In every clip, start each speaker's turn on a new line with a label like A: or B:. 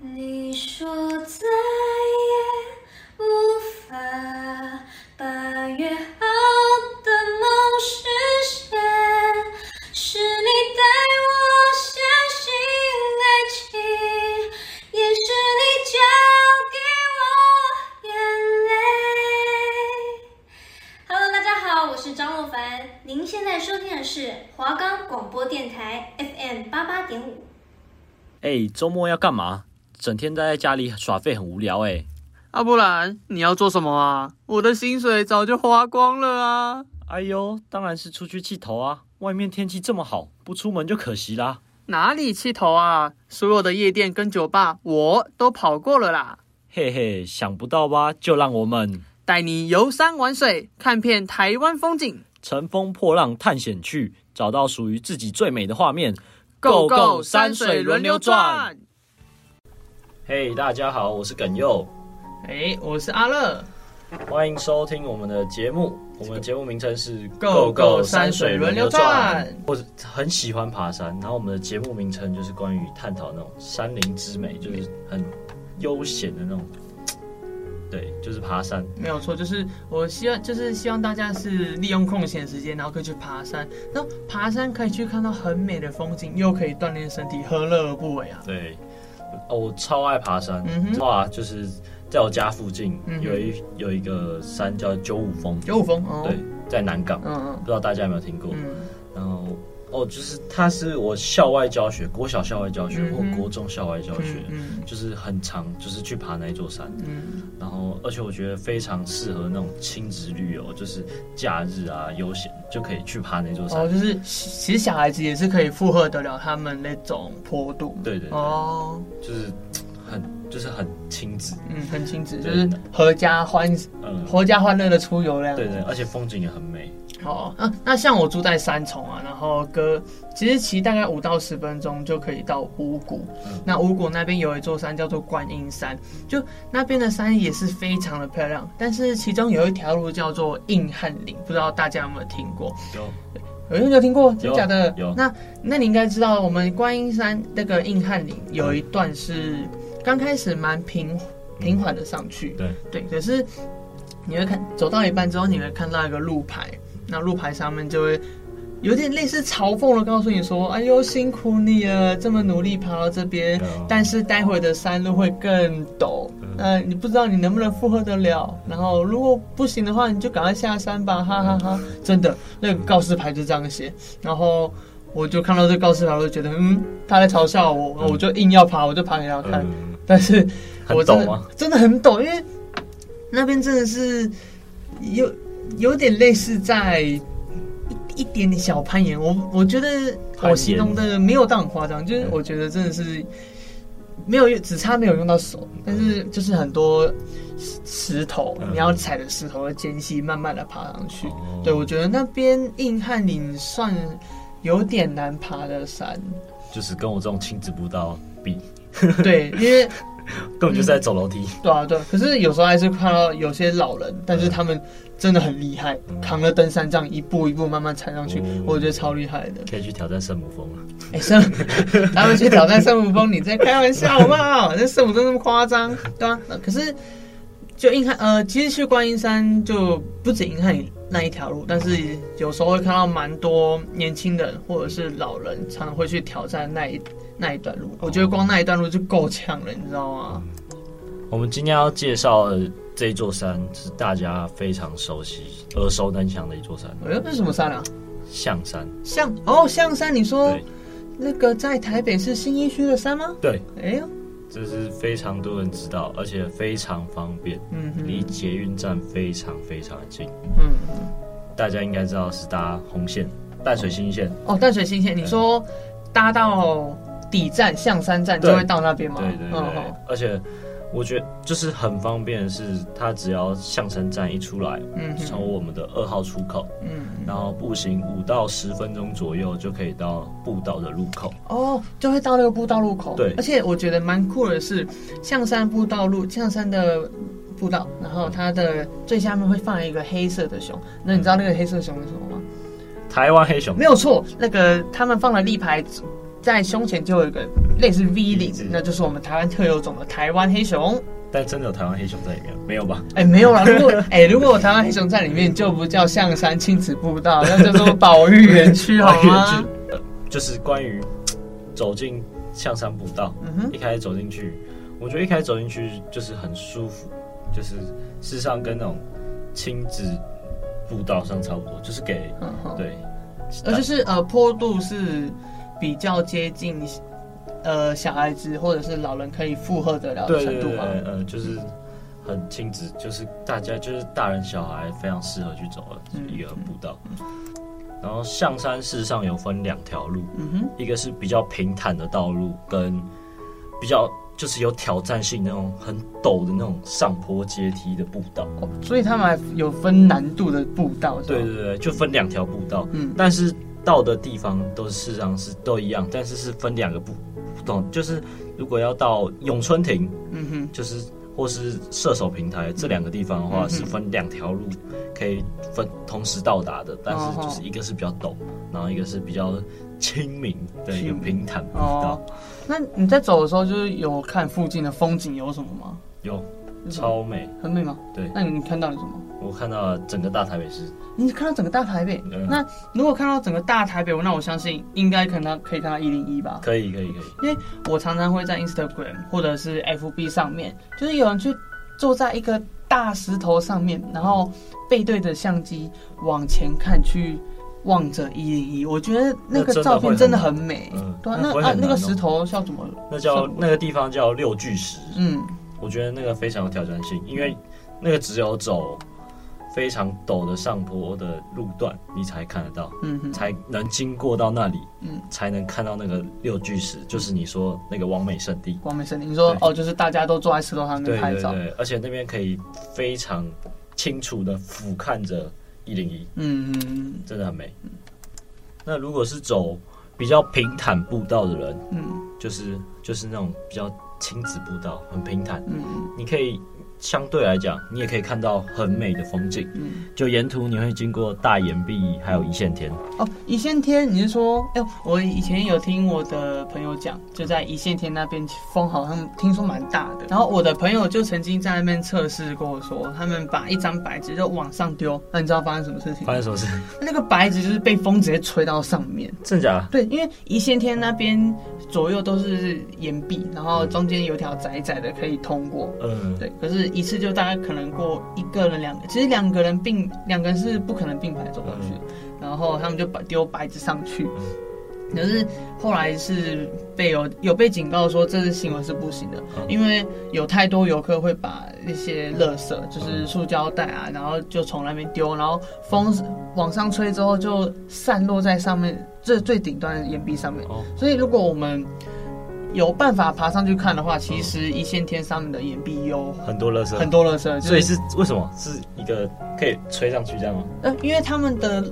A: 你说再也无法把约好的梦实现，是你带我相信爱情，也是你教给我眼泪。Hello，大家好，我是张若凡。您现在收听的是华冈广播电台 FM 八八点五。
B: 哎，周末要干嘛？整天待在家里耍废很无聊哎。
C: 啊，不然你要做什么啊？我的薪水早就花光了啊！
B: 哎呦，当然是出去气头啊！外面天气这么好，不出门就可惜啦。
C: 哪里气头啊？所有的夜店跟酒吧我都跑过了啦，
B: 嘿嘿，想不到吧？就让我们
C: 带你游山玩水，看遍台湾风景。
B: 乘风破浪探险去，找到属于自己最美的画面。Go
C: Go Go，
B: Go，山
C: 山水
B: 水
C: 轮
B: 轮
C: 流
B: 流
C: 转
B: 转。嘿大家好，我是耿佑，
C: 哎，我是阿乐，
B: 欢迎收听我们的节目。我们的节目名称是
C: Go Go 山水轮流转。
B: 我很喜欢爬山，然后我们的节目名称就是关于探讨那种山林之美，就是很悠闲的那种。对，就是爬山。
C: 没有错，就是我希望，就是希望大家是利用空闲时间，然后可以去爬山。然后爬山可以去看到很美的风景，又可以锻炼身体，何乐而不为啊？
B: 对，哦，我超爱爬山。
C: 嗯哼
B: 哇，就是在我家附近
C: 嗯哼
B: 有一、有一个山叫九五峰，
C: 九五峰哦，
B: 对，在南港，
C: 嗯
B: 不知道大家有没有听过？
C: 嗯嗯，
B: 然后哦，就是它是我校外教学，国小校外教学、
C: 嗯哼
B: 或国中校外教学，
C: 嗯
B: 就是很长，就是去爬那一座山。
C: 嗯
B: 然后，而且我觉得非常适合那种亲子旅游，就是假日啊悠闲就可以去爬那座山。
C: 哦，就是其实小孩子也是可以负荷得了他们那种坡度。
B: 对对对，
C: 哦，
B: 就是很就是很亲子，
C: 嗯，很亲子，就
B: 对
C: 是合家欢
B: 嗯，
C: 合家欢乐的出游量。
B: 对对，而且风景也很美。
C: 好，那、啊那像我住在三重啊，然后隔其实骑大概五到十分钟就可以到五谷。
B: 嗯
C: 那五谷那边有一座山叫做观音山，就那边的山也是非常的漂亮，但是其中有一条路叫做硬汉岭，不知道大家有没有听过？
B: 有
C: 有人有听过？真假的？
B: 有
C: 那那你应该知道，我们观音山那个硬汉岭有一段是刚开始蛮平平缓的上去，
B: 对
C: 嗯对，可是你会看走到一半之后，你会看到一个路牌，那路牌上面就会。有点类似嘲讽的告诉你说：“哎呦，辛苦你了，这么努力爬到这边
B: 有，
C: 但是待会的山路会更陡，
B: 嗯
C: 呃，你不知道你能不能负荷得了。然后如果不行的话，你就赶快下山吧，哈哈
B: 嗯
C: 哈真的，那个告示牌就这样写。然后我就看到这告示牌，我就觉得，嗯，他在嘲笑我，
B: 嗯
C: 我就硬要爬，我就爬给他看。
B: 嗯，
C: 但是
B: 很啊
C: 我真
B: 陡
C: 的
B: 吗？
C: 真的很陡，因为那边真的是有有点类似在一一点点小攀岩。我我觉得
B: 攀岩嗯
C: 我形容的没有到很夸张，就是我觉得真的是没有只差没有用到手，但是就是很多石石头，
B: 嗯
C: 你要踩着石头的间隙慢慢的爬上去。
B: 哦
C: 对，我觉得那边硬汉岭算有点难爬的山，
B: 就是跟我这种亲子步道比，
C: 对，因为
B: 根本就是在走楼梯。
C: 对啊，对啊，可是有时候还是看到有些老人，但是他们真的很厉害，扛了登山杖一步一步慢慢踩上去，
B: 嗯
C: 我觉得超厉害的。
B: 可以去挑战圣母峰啊了。
C: 哎、圣， 他们去挑战圣母峰，你在开玩笑好不好？那圣母峰那么夸张，对啊，呃可是就硬汉，呃，其实去观音山就不止硬汉那一条路，但是有时候会看到蛮多年轻人或者是老人，常常会去挑战那一那一段路。我觉得光那一段路就够呛了，你知道吗？
B: 我们今天要介绍的这一座山是大家非常熟悉、耳熟能详的一座山
C: 哎呦，那是什么山啊？
B: ——象山。
C: 象哦，象山，你说
B: 对
C: 那个在台北市新一区的山吗？
B: 对，
C: 哎呦，
B: 这是非常多人知道，而且非常方便，
C: 嗯
B: 离捷运站非常非常的近。
C: 哼嗯，
B: 大家应该知道是搭红线、淡水新一线。
C: 哦，淡水新线，你说搭到底站象山站就
B: 对
C: 会到那边吗？
B: 对对对，
C: 嗯
B: 而且我觉得就是很方便的是，它只要象山站一出来，
C: 嗯
B: 从
C: 哼
B: 我们的二号出口，
C: 嗯哼，
B: 然后步行五到十分钟左右就可以到步道的入口。
C: 哦，就会到那个步道路口。
B: 对
C: 而且我觉得蛮酷的是，象山步道路，象山的步道，然后它的最下面会放一个黑色的熊。那
B: 嗯
C: 你知道那个黑色的熊是什么吗？
B: 台湾黑熊
C: 没有错，那个他们放了立牌在胸前就有一个类似 V 领
B: 字，
C: 那就是我们台湾特有种的台湾黑熊。
B: 但真的有台湾黑熊在里面吗没有吧？
C: 哎，没有啦，如 果哎，如果有台湾黑熊在里面，就不叫象山亲子 步道，那叫做保育园区，好吗？
B: 呃就是关于走进象山步道，
C: 嗯哼，
B: 一开始走进去，我觉得一开始走进去就是很舒服，就是事实上跟那种亲子步道上差不多，就是给
C: 嗯哼。
B: 对，
C: 呃，就是呃，坡度是比较接近呃小孩子或者是老人可以负荷得了的
B: 对
C: 程
B: 对
C: 度
B: 对，
C: 嘛。
B: 对呃，就是很亲子，就是大家就是大人小孩非常适合去走的
C: 嗯
B: 一个步道。然后象山事实上有分两条路，
C: 嗯哼，
B: 一个是比较平坦的道路，跟比较就是有挑战性那种很陡的那种上坡阶梯的步道。
C: 哦所以他们还有分难度的步道。是吧
B: 对，对对，就分两条步道，
C: 嗯
B: 但是到的地方都是事实上是都一样，但是是分两个不不同，就是如果要到永春亭，
C: 嗯哼，
B: 就是或是射手平台这两个地方的话，
C: 嗯
B: 是分两条路可以分同时到达的，但
C: 哦
B: 是就是一个是比较陡，然后一个是比较亲民的一个平坦步道
C: 哦，，那你在走的时候就是有看附近的风景有什么吗？
B: 有
C: 有什么
B: 超美。
C: 很美吗？
B: 对
C: 那你看到了什么？
B: 我看到了整个大台北市，
C: 你看到整个大台北，
B: 嗯
C: 那如果看到整个大台北，那我相信应该可能到可以看到一零一吧。
B: 可以可以可以，
C: 我常常会在 Instagram 或者是 FB 上面，就是有人去坐在一个大石头上面，然后背对着相机往前看，去望着一零一。我觉得那个
B: 那真的
C: 照片
B: 会
C: 真的
B: 很
C: 很美，
B: 嗯
C: 对啊，
B: 那
C: 那
B: 会
C: 啊
B: 很
C: 那个
B: 难
C: 石头叫什么？
B: 那叫
C: 什么
B: 那个地方叫六巨石，
C: 嗯，
B: 我觉得那个非常有挑战性，因为那个只有走非常陡的上坡的路段，你才看得到，
C: 嗯哼，
B: 才能经过到那里，
C: 嗯
B: 才能看到那个六巨石，就是你说那个完美圣地。
C: 光美森林，你说
B: 对
C: 哦，就是大家都坐在石头上
B: 对
C: 面嗯拍
B: 对
C: 照，
B: 对，而且那边可以非常清楚的俯瞰着一零一，
C: 嗯嗯
B: 真的很美。那如果是走比较平坦步道的人，
C: 嗯
B: 就是就是那种比较亲子步道，很平坦，
C: 嗯
B: 你可以相对来讲，你也可以看到很美的风景。
C: 嗯，
B: 就沿途你会经过大岩壁，还有一线天。
C: 哦，一线天，你是说，哎呦，我以前有听我的朋友讲，就在一线天那边风好像听说蛮大的，然后我的朋友就曾经在那边测试过说，他们把一张白纸就往上丢，那你知道发生什么事情
B: 发
C: 吗？
B: 生什么事？
C: 那个白纸就是被风直接吹到上面，
B: 真假？
C: 对，因为一线天那边左右都是岩壁，然后中间有条窄窄的可以通过，
B: 嗯，
C: 对，可是一次就大概可能过一个人、两个，其实两个人并两个人是不可能并排走过
B: 嗯
C: 去，然后他们就把丢白纸上去。可是后来是被有有被警告说这是行为是不行的，
B: 嗯
C: 因为有太多游客会把一些垃圾，就是塑胶袋
B: 嗯
C: 啊，然后就从那边丢，然后风往上吹之后就散落在上面最最顶端的岩壁上面。
B: 哦，
C: 所以如果我们有办法爬上去看的话，其实一线天上面的岩壁有
B: 很多垃圾，
C: 很多垃圾，就是
B: 所以是为什么是一个可以吹上去这样吗？
C: 呃，因为他们的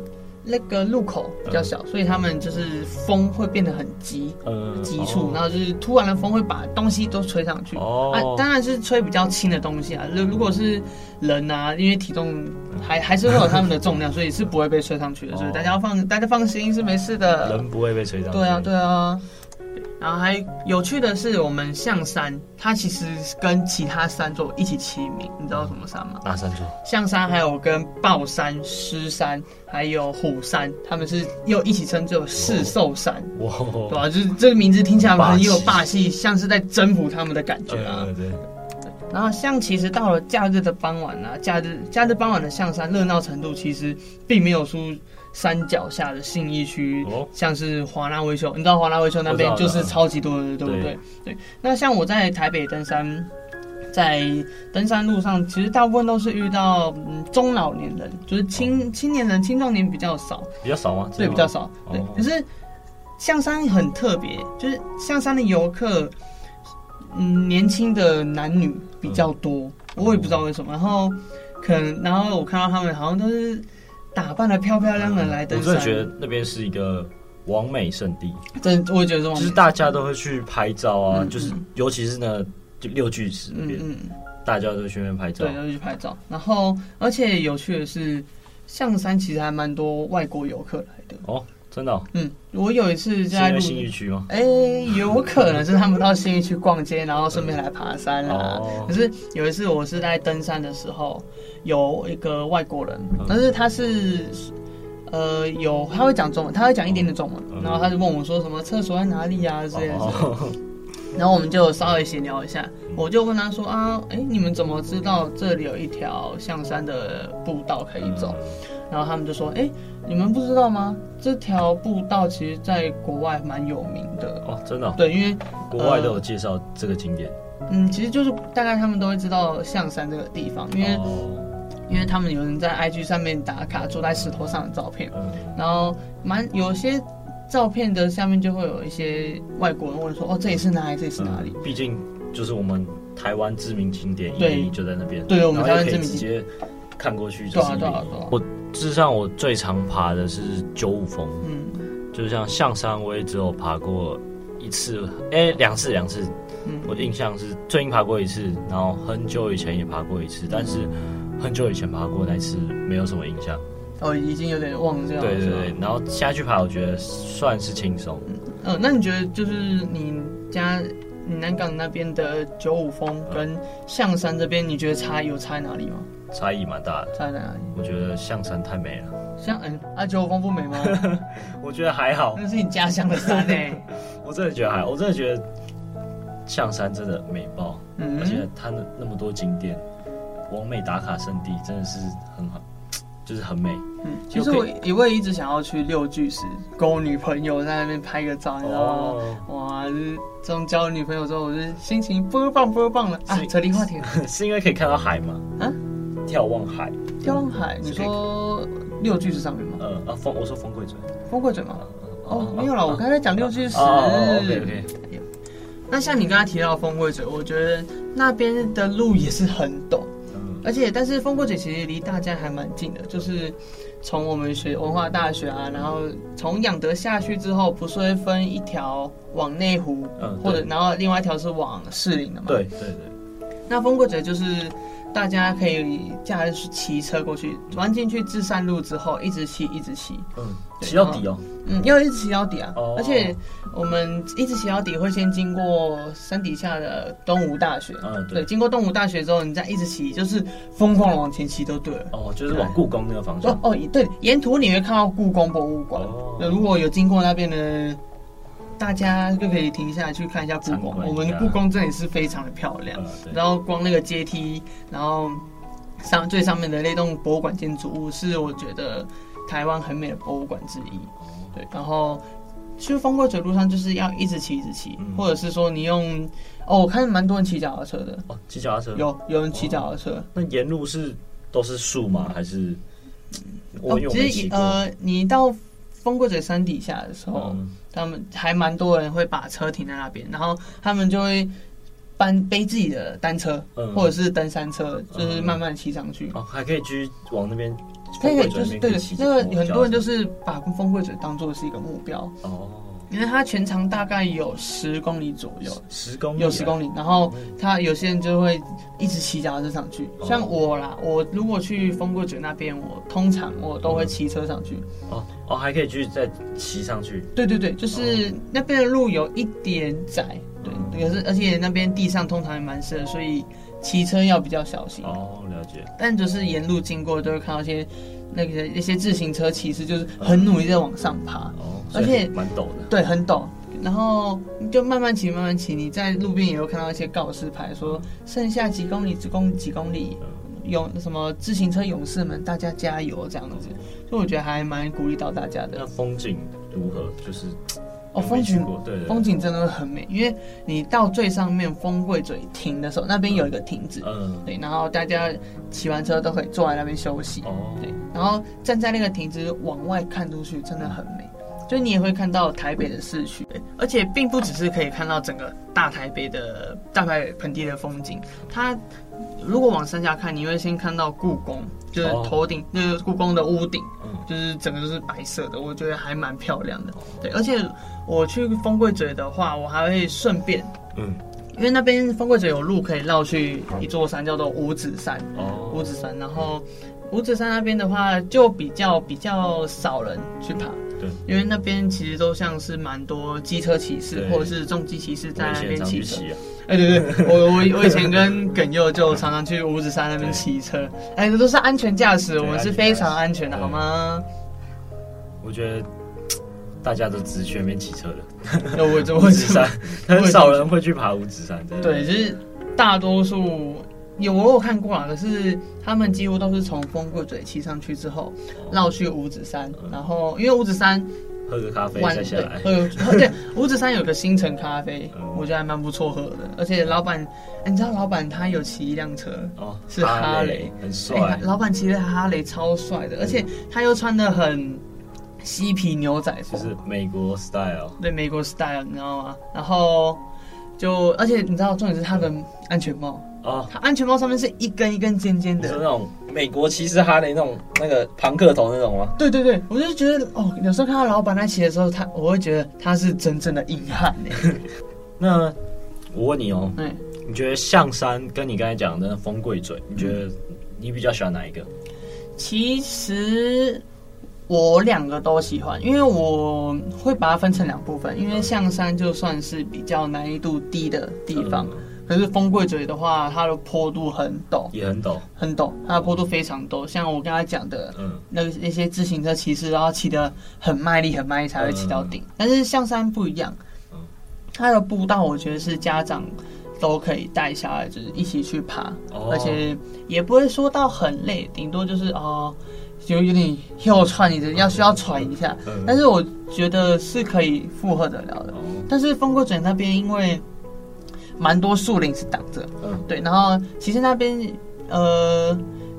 C: 那个路口比较小，所以他们就是风会变得很急
B: 嗯，
C: 急促，然后就是突然的风会把东西都吹上去。
B: 哦，
C: 啊，当然是吹比较轻的东西啊。如如果是人啊，因为体重还还是会有他们的重量，所以是不会被吹上去的。所以大家放大家放心是没事的。
B: 人不会被吹上去。
C: 对啊，对啊。然后还有趣的是，我们象山它其实跟其他山做一起齐名，你知道什么山吗？
B: 哪三座？
C: 象山还有跟豹山、狮山还有虎山，他们是又一起称作四兽山，对
B: 哇，
C: 吧、就是这个名字听起来很有
B: 霸
C: 霸气，像是在征服他们的感觉啊。
B: 对呃对，
C: 然后像其实到了假日的傍晚啊，假日假日傍晚的象山热闹程度其实并没有输山脚下的信义区，
B: 哦
C: 像是华纳维修，你知道华纳维修那边
B: 我知道
C: 就是超级多的，对不对？对那像我在台北登山，在登山路上，其实大部分都是遇到、嗯、中老年人，就是
B: 哦
C: 青青年人、青壮年比较少，
B: 比较少吗？
C: 对，比较少。对
B: 哦，
C: 可是象山很特别，就是象山的游客，嗯，年轻的男女比较多，
B: 哦
C: 我也不知道为什么。然后可能，然后我看到他们好像都是打扮的漂漂亮亮来登
B: 哦我真
C: 山，
B: 的觉得那边是一个完美圣地，
C: 真的我也觉得这种
B: 就是大家都会去拍照啊，
C: 嗯
B: 就是尤其是那就六巨石那
C: 嗯
B: 边，
C: 嗯，
B: 大家都去那边拍照
C: 对，。然啊后去拍照。然后而且有趣的是，象山其实还蛮多外国游客来的。
B: 哦，真的哦、
C: 嗯，我有一次
B: 是
C: 在
B: 因
C: 路
B: 为，新义区吗？
C: 哎、有可能是他们到新义去逛街，然后顺便来爬山啦、
B: 哦
C: 可是有一次我是在登山的时候，有一个外国人
B: 嗯，
C: 但是他是。呃，有他会讲中文，他会讲一点点中文，
B: 嗯
C: 然后他就问我说什么厕所在哪里呀、之类的，
B: 哦，
C: 然后我们就稍微闲聊一下，我就问他说啊，哎，你们怎么知道这里有一条象山的步道可以走？然后他们就说，哎，你们不知道吗？这条步道其实在国外蛮有名 的，
B: 哦，真的哦、
C: 对，因为
B: 国外都有介绍这个景点，
C: 嗯，其实就是大概他们都会知道象山这个地方，因为、
B: 哦，
C: 因为他们有人在 IG 上面打卡坐在石头上的照片，
B: 嗯
C: 然后蛮有些照片的下面就会有一些外国人问说，哦，这里是哪里？这里是哪里？
B: 嗯毕竟就是我们台湾知名景点一
C: 对
B: 零一就在那边，
C: 对我
B: 然
C: 们
B: 后
C: 台湾
B: 也可以
C: 知名
B: 直
C: 景
B: 接看过去就
C: 对
B: 是
C: 啊，对
B: 101
C: 啊，对啊，
B: 我事实上我最常爬的是九五峰，
C: 嗯
B: 就是像象山，我也只有爬过一次，哎、两次两次，
C: 嗯。
B: 我印象是最近爬过一次，然后很久以前也爬过一次，但是很久以前爬过那一次没有什么印象。
C: 哦，已经有点忘掉了。
B: 对啊对
C: 是吧
B: 对，，然后下去爬我觉得算是轻松，
C: 嗯、那你觉得就是你家你南港那边的九五峰跟象山这边，你觉得差有差哪里吗？
B: 差异蛮大的。
C: 差在哪里？
B: 我觉得象山太美了，
C: 像嗯啊，九五峰不美吗？
B: 我觉得还好，
C: 那是你家乡的山哎、
B: 我真的觉得还好，我真的觉得象山真的美爆，而且
C: 嗯，
B: 它那那么多景点，完美打卡圣地真的是很好，就是很美。
C: 嗯，其实
B: 就
C: 我
B: 可
C: 也我也一直想要去六句石，跟我女朋友在那边拍个
B: 哎
C: 照，你知
B: 哦
C: 道吗？哇，就是自从交了女朋友之后，我就是心情波棒波棒了啊
B: 所！以
C: 扯离话题了，
B: 是因为可以看到海吗？
C: 啊，
B: 眺望海，
C: 雕龙海，你
B: 是可以
C: 说六句石上面吗？
B: 呃啊，风我说风贵嘴。
C: 风贵嘴吗？哦，没有啦，我
B: 看
C: 刚才讲六句石。
B: 哦 OK OK，
C: 那像你刚才提到的风柜嘴，我觉得那边的路也是很陡，
B: 嗯
C: 而且但是风柜嘴其实离大家还蛮近的，就是从我们学文化大学啊，然后从养德下去之后，不是会分一条往内湖，
B: 嗯，
C: 或者然后另外一条是往士林的嘛？。
B: 对对对对，
C: 那风柜嘴就是大家可以假日去骑车过去，玩进去至山路之后，一直骑一直骑，
B: 嗯，
C: 对
B: 骑到底哦，
C: 嗯，要一直骑到底啊！
B: 哦
C: 而且我们一直骑到底会先经过山底下的东吴大学，
B: 嗯
C: 对，
B: 对，
C: 经过东吴大学之后，你再一直骑，就是疯狂地往前骑都对了。
B: 哦，就是往故宫那个方
C: 哦
B: 向，
C: 哦，对，沿途你会看到故宫博物馆，
B: 哦
C: 那如果有经过那边的，大家就可以停下来去看一下故
B: 参
C: 宫。
B: 观一
C: 我们
B: 下
C: 故宫这里是非常的漂亮，
B: 嗯对
C: 然后光那个阶梯，然后上最上面的那栋博物馆建筑物是我觉得台湾很美的博物馆之一。
B: 哦
C: 对，然后去风过嘴路上就是要一直骑一直骑，
B: 嗯
C: 或者是说你用哦，我看蛮多人骑脚踏车的，
B: 哦，骑脚踏车，
C: 有有人骑
B: 哦
C: 脚踏车。
B: 那沿路是都是树吗？还是我
C: 哦
B: 因为我，没
C: 其实
B: 骑过，
C: 呃，你到风过嘴山底下的时候，
B: 嗯
C: 他们还蛮多人会把车停在那边，然后他们就会搬背自己的单车、
B: 嗯
C: 或者是登山车，就是
B: 嗯
C: 慢慢骑上去。
B: 哦，还可以去往那边，
C: 可以可以，
B: 风
C: 就
B: 柜
C: 是
B: 嘴那边
C: 对
B: 可
C: 的
B: 以骑，
C: 那个很多人就
B: 脚
C: 是把风柜嘴当做是一个目标，
B: 踏车哦，
C: 因为它全长大概有十公里左右，
B: 十公里啊，
C: 有十公里，然后他有些人就会一直骑脚踏车上去，
B: 哦
C: 像我啦，我如果去风过嘴那边，我通常我都
B: 嗯
C: 会骑车上去。
B: 哦哦，还可以去再骑上去，
C: 对对对，
B: 哦
C: 就是那边的路有一点窄，对，可是而且那边地上通常也蛮深的，所以骑车要比较小心。
B: 哦，了解，
C: 但就是沿路经过都会看到一些那个一些自行车骑士，就是
B: 嗯
C: 很努力在往上爬，
B: 哦，
C: 而
B: 所
C: 且
B: 以蛮陡的，
C: 对，很陡。然后就慢慢骑，慢慢骑。你在路边也会看到一些告示牌，说剩下几公里，几公几公里，
B: 嗯
C: 勇什么自行车勇士们，大家加油这样子。所以我觉得还蛮鼓励到大家
B: 那
C: 的。
B: 风景如何？就是有嗯
C: 哦，
B: 没
C: 风
B: 去
C: 景
B: 过对对对
C: 风景真的很美，因为你到最上面风柜嘴停的时候，那边有一个亭子，
B: 嗯
C: 对，然后大家骑完车都可以坐在那边休息，
B: 哦
C: 对，然后站在那个亭子往外看出去，真的很美。就你也会看到台北的市区，而且并不只是可以看到整个大台北的大台北盆地的风景。它如果往山下看，你会先看到故宫，就是
B: 哦
C: 头顶，就是故宫的屋顶，
B: 嗯
C: 就是整个都是白色的，我觉得还蛮漂亮的。对，而且我去风柜嘴的话，我还会顺便，
B: 嗯
C: 因为那边风柜嘴有路可以绕去一座山，叫做五指山。五
B: 哦
C: 指山，然后五指山那边的话，就比较比较少人去爬，
B: 对，
C: 因为那边其实都像是蛮多机车骑士
B: 对
C: 或者是重机骑士
B: 我以
C: 在那
B: 前
C: 边
B: 常
C: 骑
B: 去
C: 车。
B: 骑啊，
C: 哎，对 对，我我我以前跟耿佑就常常去五指山那边骑车，哎，这都是安全驾驶，
B: 对
C: 我们是非常安全的，
B: 安全驾驶
C: 好吗？
B: 我觉得大家都只是去那边骑车的，
C: 那我这
B: 五
C: 我
B: 指
C: 这
B: 山 很少人会去爬五指山，真的
C: 对，就是大多数有我有看过啊，可是他们几乎都是从风柜嘴骑上去之后，绕去五指山，然后因为五指山
B: 哦喝个咖啡
C: 晚
B: 再下
C: 对
B: 来，，
C: 呃， 对，五指山有个星辰咖啡
B: 嗯，
C: 我觉得还蛮不错喝的，而且老板，哎你知道老板他有骑一辆车，
B: 哦，
C: 是哈雷
B: 很
C: 哎
B: 帅，嗯
C: 老板骑的哈雷超帅的，而且他又穿的很嬉皮牛仔
B: 就
C: 风，
B: 是美国 style，
C: 对美国 style，你知道吗？然后就而且你知道重点是他的安全帽，
B: 哦，
C: 它安全帽上面是一根一根尖尖
B: 就是那
C: 的。
B: 种美国骑士哈雷那种那个庞克头那种吗？
C: 对对对，我就觉得哦，有时候看到老板在骑的时候，他我会觉得他是真正的硬汉哎。
B: 那我问你哦，
C: 哎，
B: 你觉得象山跟你刚才讲的那风柜嘴，你觉得
C: 嗯
B: 你比较喜欢哪一个？
C: 其实我两个都喜欢，因为我会把它分成两部分，因为象山就算是比较难易度低的地方，
B: 嗯
C: 可是风柜嘴的话，它的坡度很陡，
B: 也很陡，
C: 很陡，它的坡度非常陡。像我刚才讲的，
B: 嗯，
C: 那那些自行车骑士，然后骑得很卖力，很卖力才会骑到顶。但是象山不一样
B: 嗯，
C: 它的步道我觉得是家长都可以带小孩，就是一起去爬，
B: 哦
C: 而且也不会说到很累，顶多就是哦。有有点又喘一下，要需要喘一下，
B: 嗯
C: 但是我觉得是可以负荷得了的。
B: 哦，
C: 但是风过嘴那边因为蛮多树林是挡着，
B: 嗯
C: 对，然后其实那边呃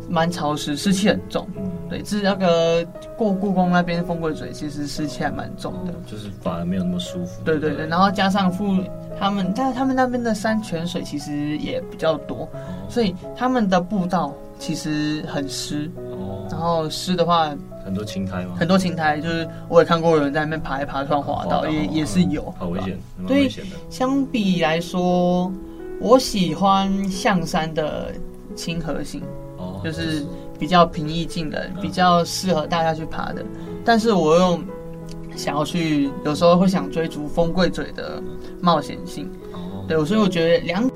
C: 蛮潮湿，湿气很重。
B: 嗯，
C: 对，是那个过故宫那边风柜嘴，其实湿气还蛮重的。
B: 就是反而没有那么舒服。
C: 对对对，然后加上附他们，但他们那边的山泉水其实也比较多，所以他们的步道其实很湿。
B: 哦，
C: 然后湿的话，
B: 很多青苔吗？
C: 很多青苔，就是我也看过有人在那边爬一爬，突然滑倒，也也是有。
B: 好危险，蛮
C: 对
B: 危险的。
C: 相比来说，我喜欢象山的亲和性，
B: 哦，
C: 就是比较平易近人，
B: 嗯
C: 比较适合大家去爬的。但是我又想要去，有时候会想追逐风贵嘴的冒险性。
B: 哦，
C: 对，所以我觉得两，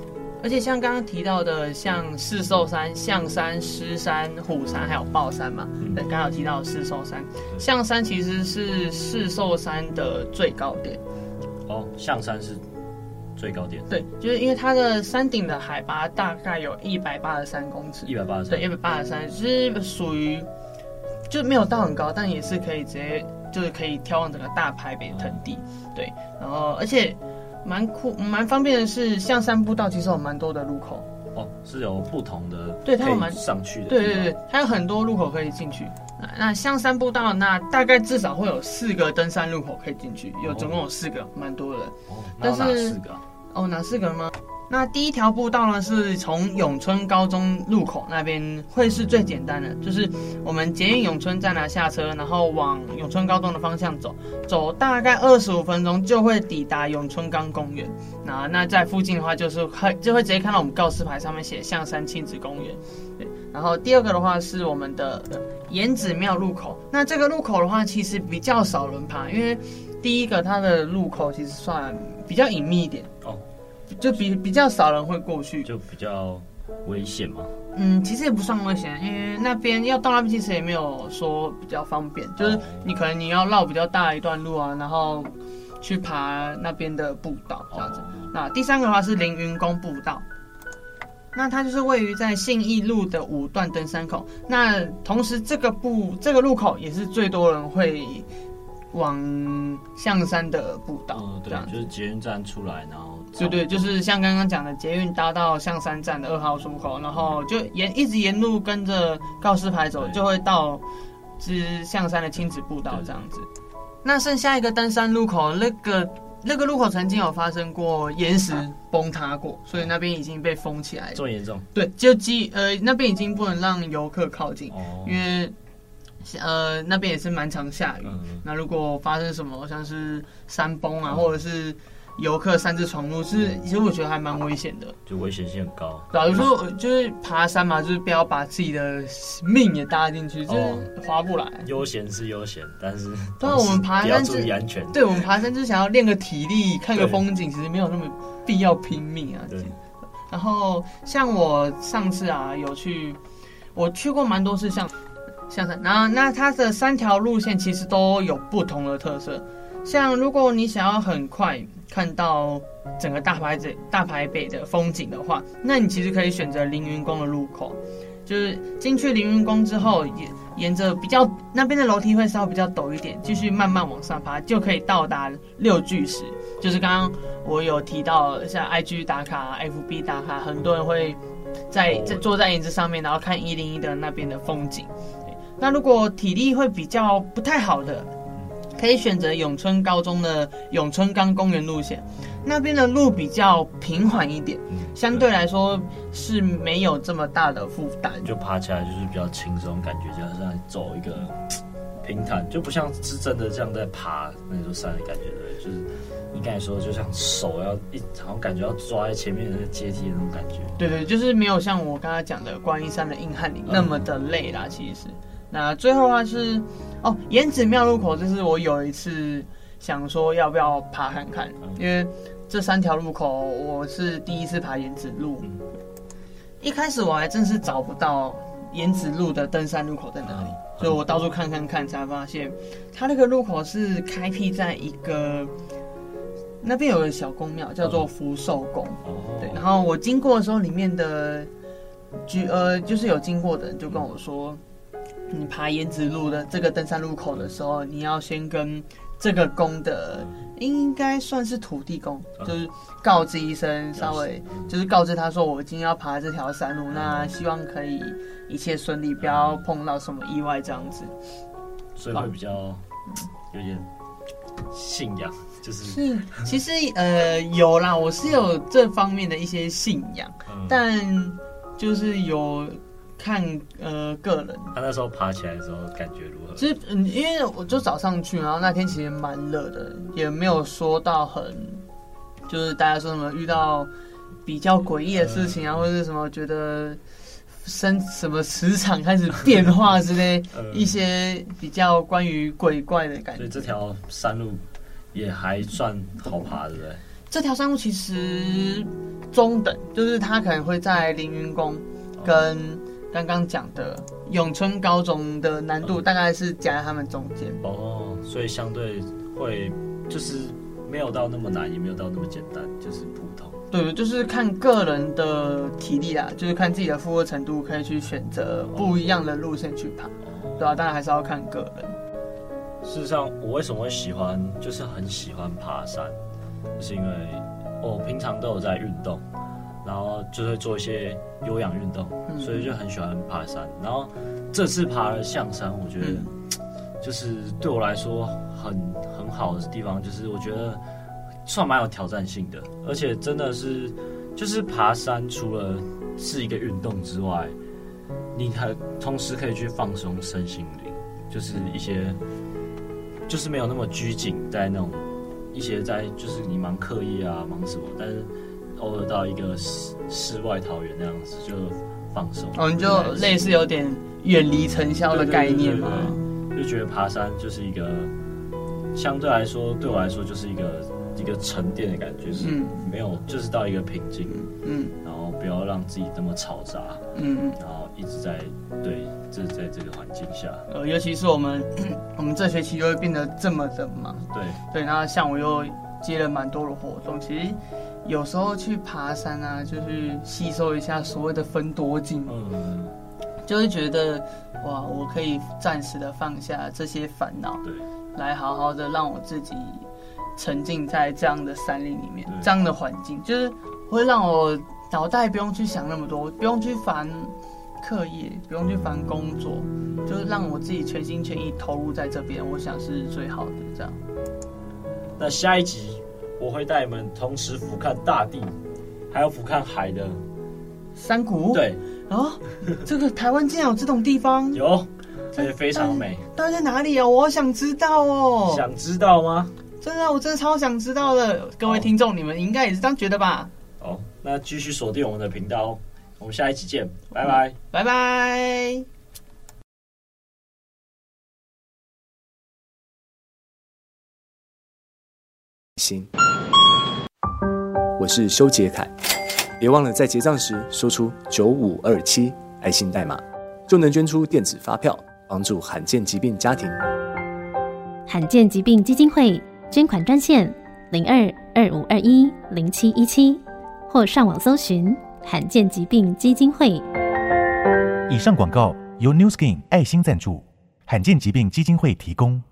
C: 而且像刚刚提到的，像四兽山、象山、狮山、虎山还有豹山嘛，
B: 嗯
C: 对，刚刚有提到四兽山，
B: 对
C: 象山其实是四兽山的最高点。
B: 哦，象山是最高点，
C: 对，就是因为它的山顶的海拔大概有一百八十三公尺
B: 一，百八十
C: 对，一
B: 三。
C: 百八十三是属于就没有到很高，但也是可以直接就是可以眺望整个大台北盆地，对，然后而且蛮酷蛮方便的是，象山步道其实有蛮多的路口，
B: 哦，是有不同的，
C: 对它
B: 可
C: 有
B: 以
C: 蛮
B: 上去的，
C: 对对对，，它有很多路口可以进去。那那象山步道，那大概至少会有四个登山路口可以进去，有总共有四个，蛮多的。
B: 哦，那有哪
C: 但是
B: 四个啊？
C: 哦，哪四个吗？那第一条步道呢，是从永春高中入口那边会是最简单的，就是我们捷运永春站啊下车，然后往永春高中的方向走，走大概二十五分钟就会抵达永春冈公园。那那在附近的话，就是看就会直接看到我们告示牌上面写象山亲子公园。对，然后第二个的话是我们的岩子庙路口，那这个路口的话，其实比较少人爬，因为第一个它的路口其实算比较隐秘一点。
B: 哦，
C: 就比比较少人会过去。
B: 就比较危险嘛。
C: 嗯，其实也不算危险，因为那边要到那边其实也没有说比较方便，
B: 哦
C: 就是你可能你要绕比较大一段路啊，然后去爬那边的步道这样子。
B: 哦
C: 那第三个的话是凌云宫步道，那它就是位于在信义路的五段登山口。那同时这个步这个路口也是最多人会往象山的步道、
B: 嗯，
C: 这
B: 对
C: 样，子。
B: 就是捷运站出来，然后
C: 对对，就是像刚刚讲的，捷运搭到象山站的二号出口，然后就沿一直沿路跟着告示牌走，
B: 对
C: 就会到之象山的亲子步道这样子。那剩下一个登山路口，那个那个路口曾经有发生过岩石崩塌过，所以那边已经被封起来了。
B: 这么严重
C: 对，就基呃那边已经不能让游客靠近，
B: 哦
C: 因为呃那边也是蛮常下雨，
B: 嗯
C: 那如果发生什么像是山崩啊，
B: 嗯
C: 或者是游客擅自闯入，是其实我觉得还蛮危险的。
B: 就危险性很高。
C: 对啊，有时候
B: 嗯
C: 呃就是爬山嘛，就是不要把自己的命也搭进去，就是
B: 哦
C: 划不来。
B: 悠闲是悠闲，但是
C: 当啊然我们爬
B: 同时 也要
C: 山
B: 注
C: 是
B: 意安全。
C: 对我们爬山就是想要练个体力，看个
B: 对
C: 风景，其实没有那么必要拼命啊。
B: 对，
C: 然后像我上次啊，有去，我去过蛮多次象象山，然后那它的三条路线其实都有不同的特色。像如果你想要很快看到整个大排北大排北的风景的话，那你其实可以选择凌云宫的路口，就是进去凌云宫之后，沿沿着比较那边的楼梯会稍微比较陡一点，继续慢慢往上爬，就可以到达六巨石，就是刚刚我有提到像 IG 打卡、FB 打卡，很多人会在在坐在椅子上面，然后看一零一的那边的风景。对那如果体力会比较不太好的，可以选择永春高中的永春冈公园路线，那边的路比较平缓一点，
B: 嗯
C: 相对来说是没有这么大的负担。
B: 就爬起来就是比较轻松，感觉就像走一个嘖平坦，就不像是真的像在爬那座山的感觉，对不对，就是应该说就像手要一好像感觉要抓在前面的那个阶梯的那种感觉。
C: 对对，就是没有像我刚才讲的观音山的硬汉里那么的累啦，其实。那最后啊是哦，岩子庙路口，这是我有一次想说要不要爬看看，因为这三条路口我是第一次爬岩子路，
B: 嗯
C: 一开始我还真是找不到岩子路的登山路口在哪里，所以我到处看看看，才发现它那个路口是开辟在一个那边有个小宫庙，叫做福寿宫。
B: 哦，
C: 对，然后我经过的时候，里面的居呃，就是有经过的人就跟我说，你爬岩子路的这个登山路口的时候，你要先跟这个宫的应该算是土地公，
B: 嗯
C: 就是告知一声，稍微
B: 嗯
C: 就是告知他说，我今天要爬这条山路，那希望可以一切顺利，不要碰到什么意外这样子。
B: 所以会比较嘖有点信仰，就是
C: 是，其实呃有啦，我是有这方面的一些信仰。
B: 嗯，
C: 但就是有看呃个人，
B: 他那时候爬起来的时候感觉如何？
C: 其实嗯，因为我就早上去，然后那天其实蛮热的，也没有说到很，就是大家说什么遇到比较诡异的事情啊，或者是什么觉得身什么磁场开始变化之类
B: 嗯
C: 一些比较关于鬼怪的感
B: 所
C: 觉
B: 以。这条山路也还算好爬，对不对？
C: 这条山路其实中等，就是它可能会在凌云宫跟刚刚讲的永春高中的难度大概是夹在他们中间。
B: 哦，所以相对会就是没有到那么难，也没有到那么简单，就是普通。
C: 对，就是看个人的体力啦，就是看自己的负荷程度，可以去选择不一样的路线去爬，对吧、当然还是要看个人。
B: 事实上，我为什么会喜欢，就是很喜欢爬山，就是因为我平常都有在运动，然后就会做一些有氧运动，
C: 嗯
B: 所以就很喜欢爬山。然后这次爬了象山，我觉得
C: 嗯
B: 就是对我来说很很好的地方，就是我觉得算蛮有挑战性的，而且真的是就是爬山除了是一个运动之外，你还同时可以去放松身心灵，就是一些就是没有那么拘谨在那种一些在就是你忙课业啊忙什么，但是偶尔到一个世世外桃源那样子就放松，
C: 哦，你就类似有点远离尘嚣的概念嘛。
B: 就觉得爬山就是一个相对来说对我来说就是一个一个沉淀的感觉，是
C: 嗯
B: 没有就是到一个平静，
C: 嗯
B: 然后不要让自己那么嘈杂，
C: 嗯嗯。
B: 然后一直在对这在这个环境下，
C: 呃，尤其是我们 我们这学期就会变得这么的忙。
B: 对，
C: 对，那像我又接了蛮多的活动，其实有时候去爬山啊，就是吸收一下所谓的分多精，
B: 嗯，
C: 就会觉得哇，我可以暂时的放下这些烦恼，
B: 对，
C: 来好好的让我自己沉浸在这样的山林里面
B: 对，
C: 这样的环境，就是会让我脑袋不用去想那么多，不用去烦课业，不用去烦工作，就是让我自己全心全意投入在这边，我想是最好的这样。
B: 那下一集我会带你们同时俯瞰大地，还有俯瞰海的，
C: 山谷，
B: 对，
C: 啊，这个台湾竟然有这种地方，
B: 有，而且非常美，
C: 到底在哪里啊？我好想知道哦。
B: 想知道吗？
C: 真的啊，我真的超想知道的。各位听众，你们应该也是这样觉得吧？
B: 好，那继续锁定我们的频道哦，我们下一期见，拜拜。
C: 拜拜。
D: 行。我是修杰楷，别忘了在结账时说出九五二七爱心代码，就能捐出电子发票，帮助罕见疾病家庭。
E: 罕见疾病基金会捐款专线零二二五二一零七一七，或上网搜寻罕见疾病基金会。
F: 以上广告由 NewSkin 爱心赞助，罕见疾病基金会提供。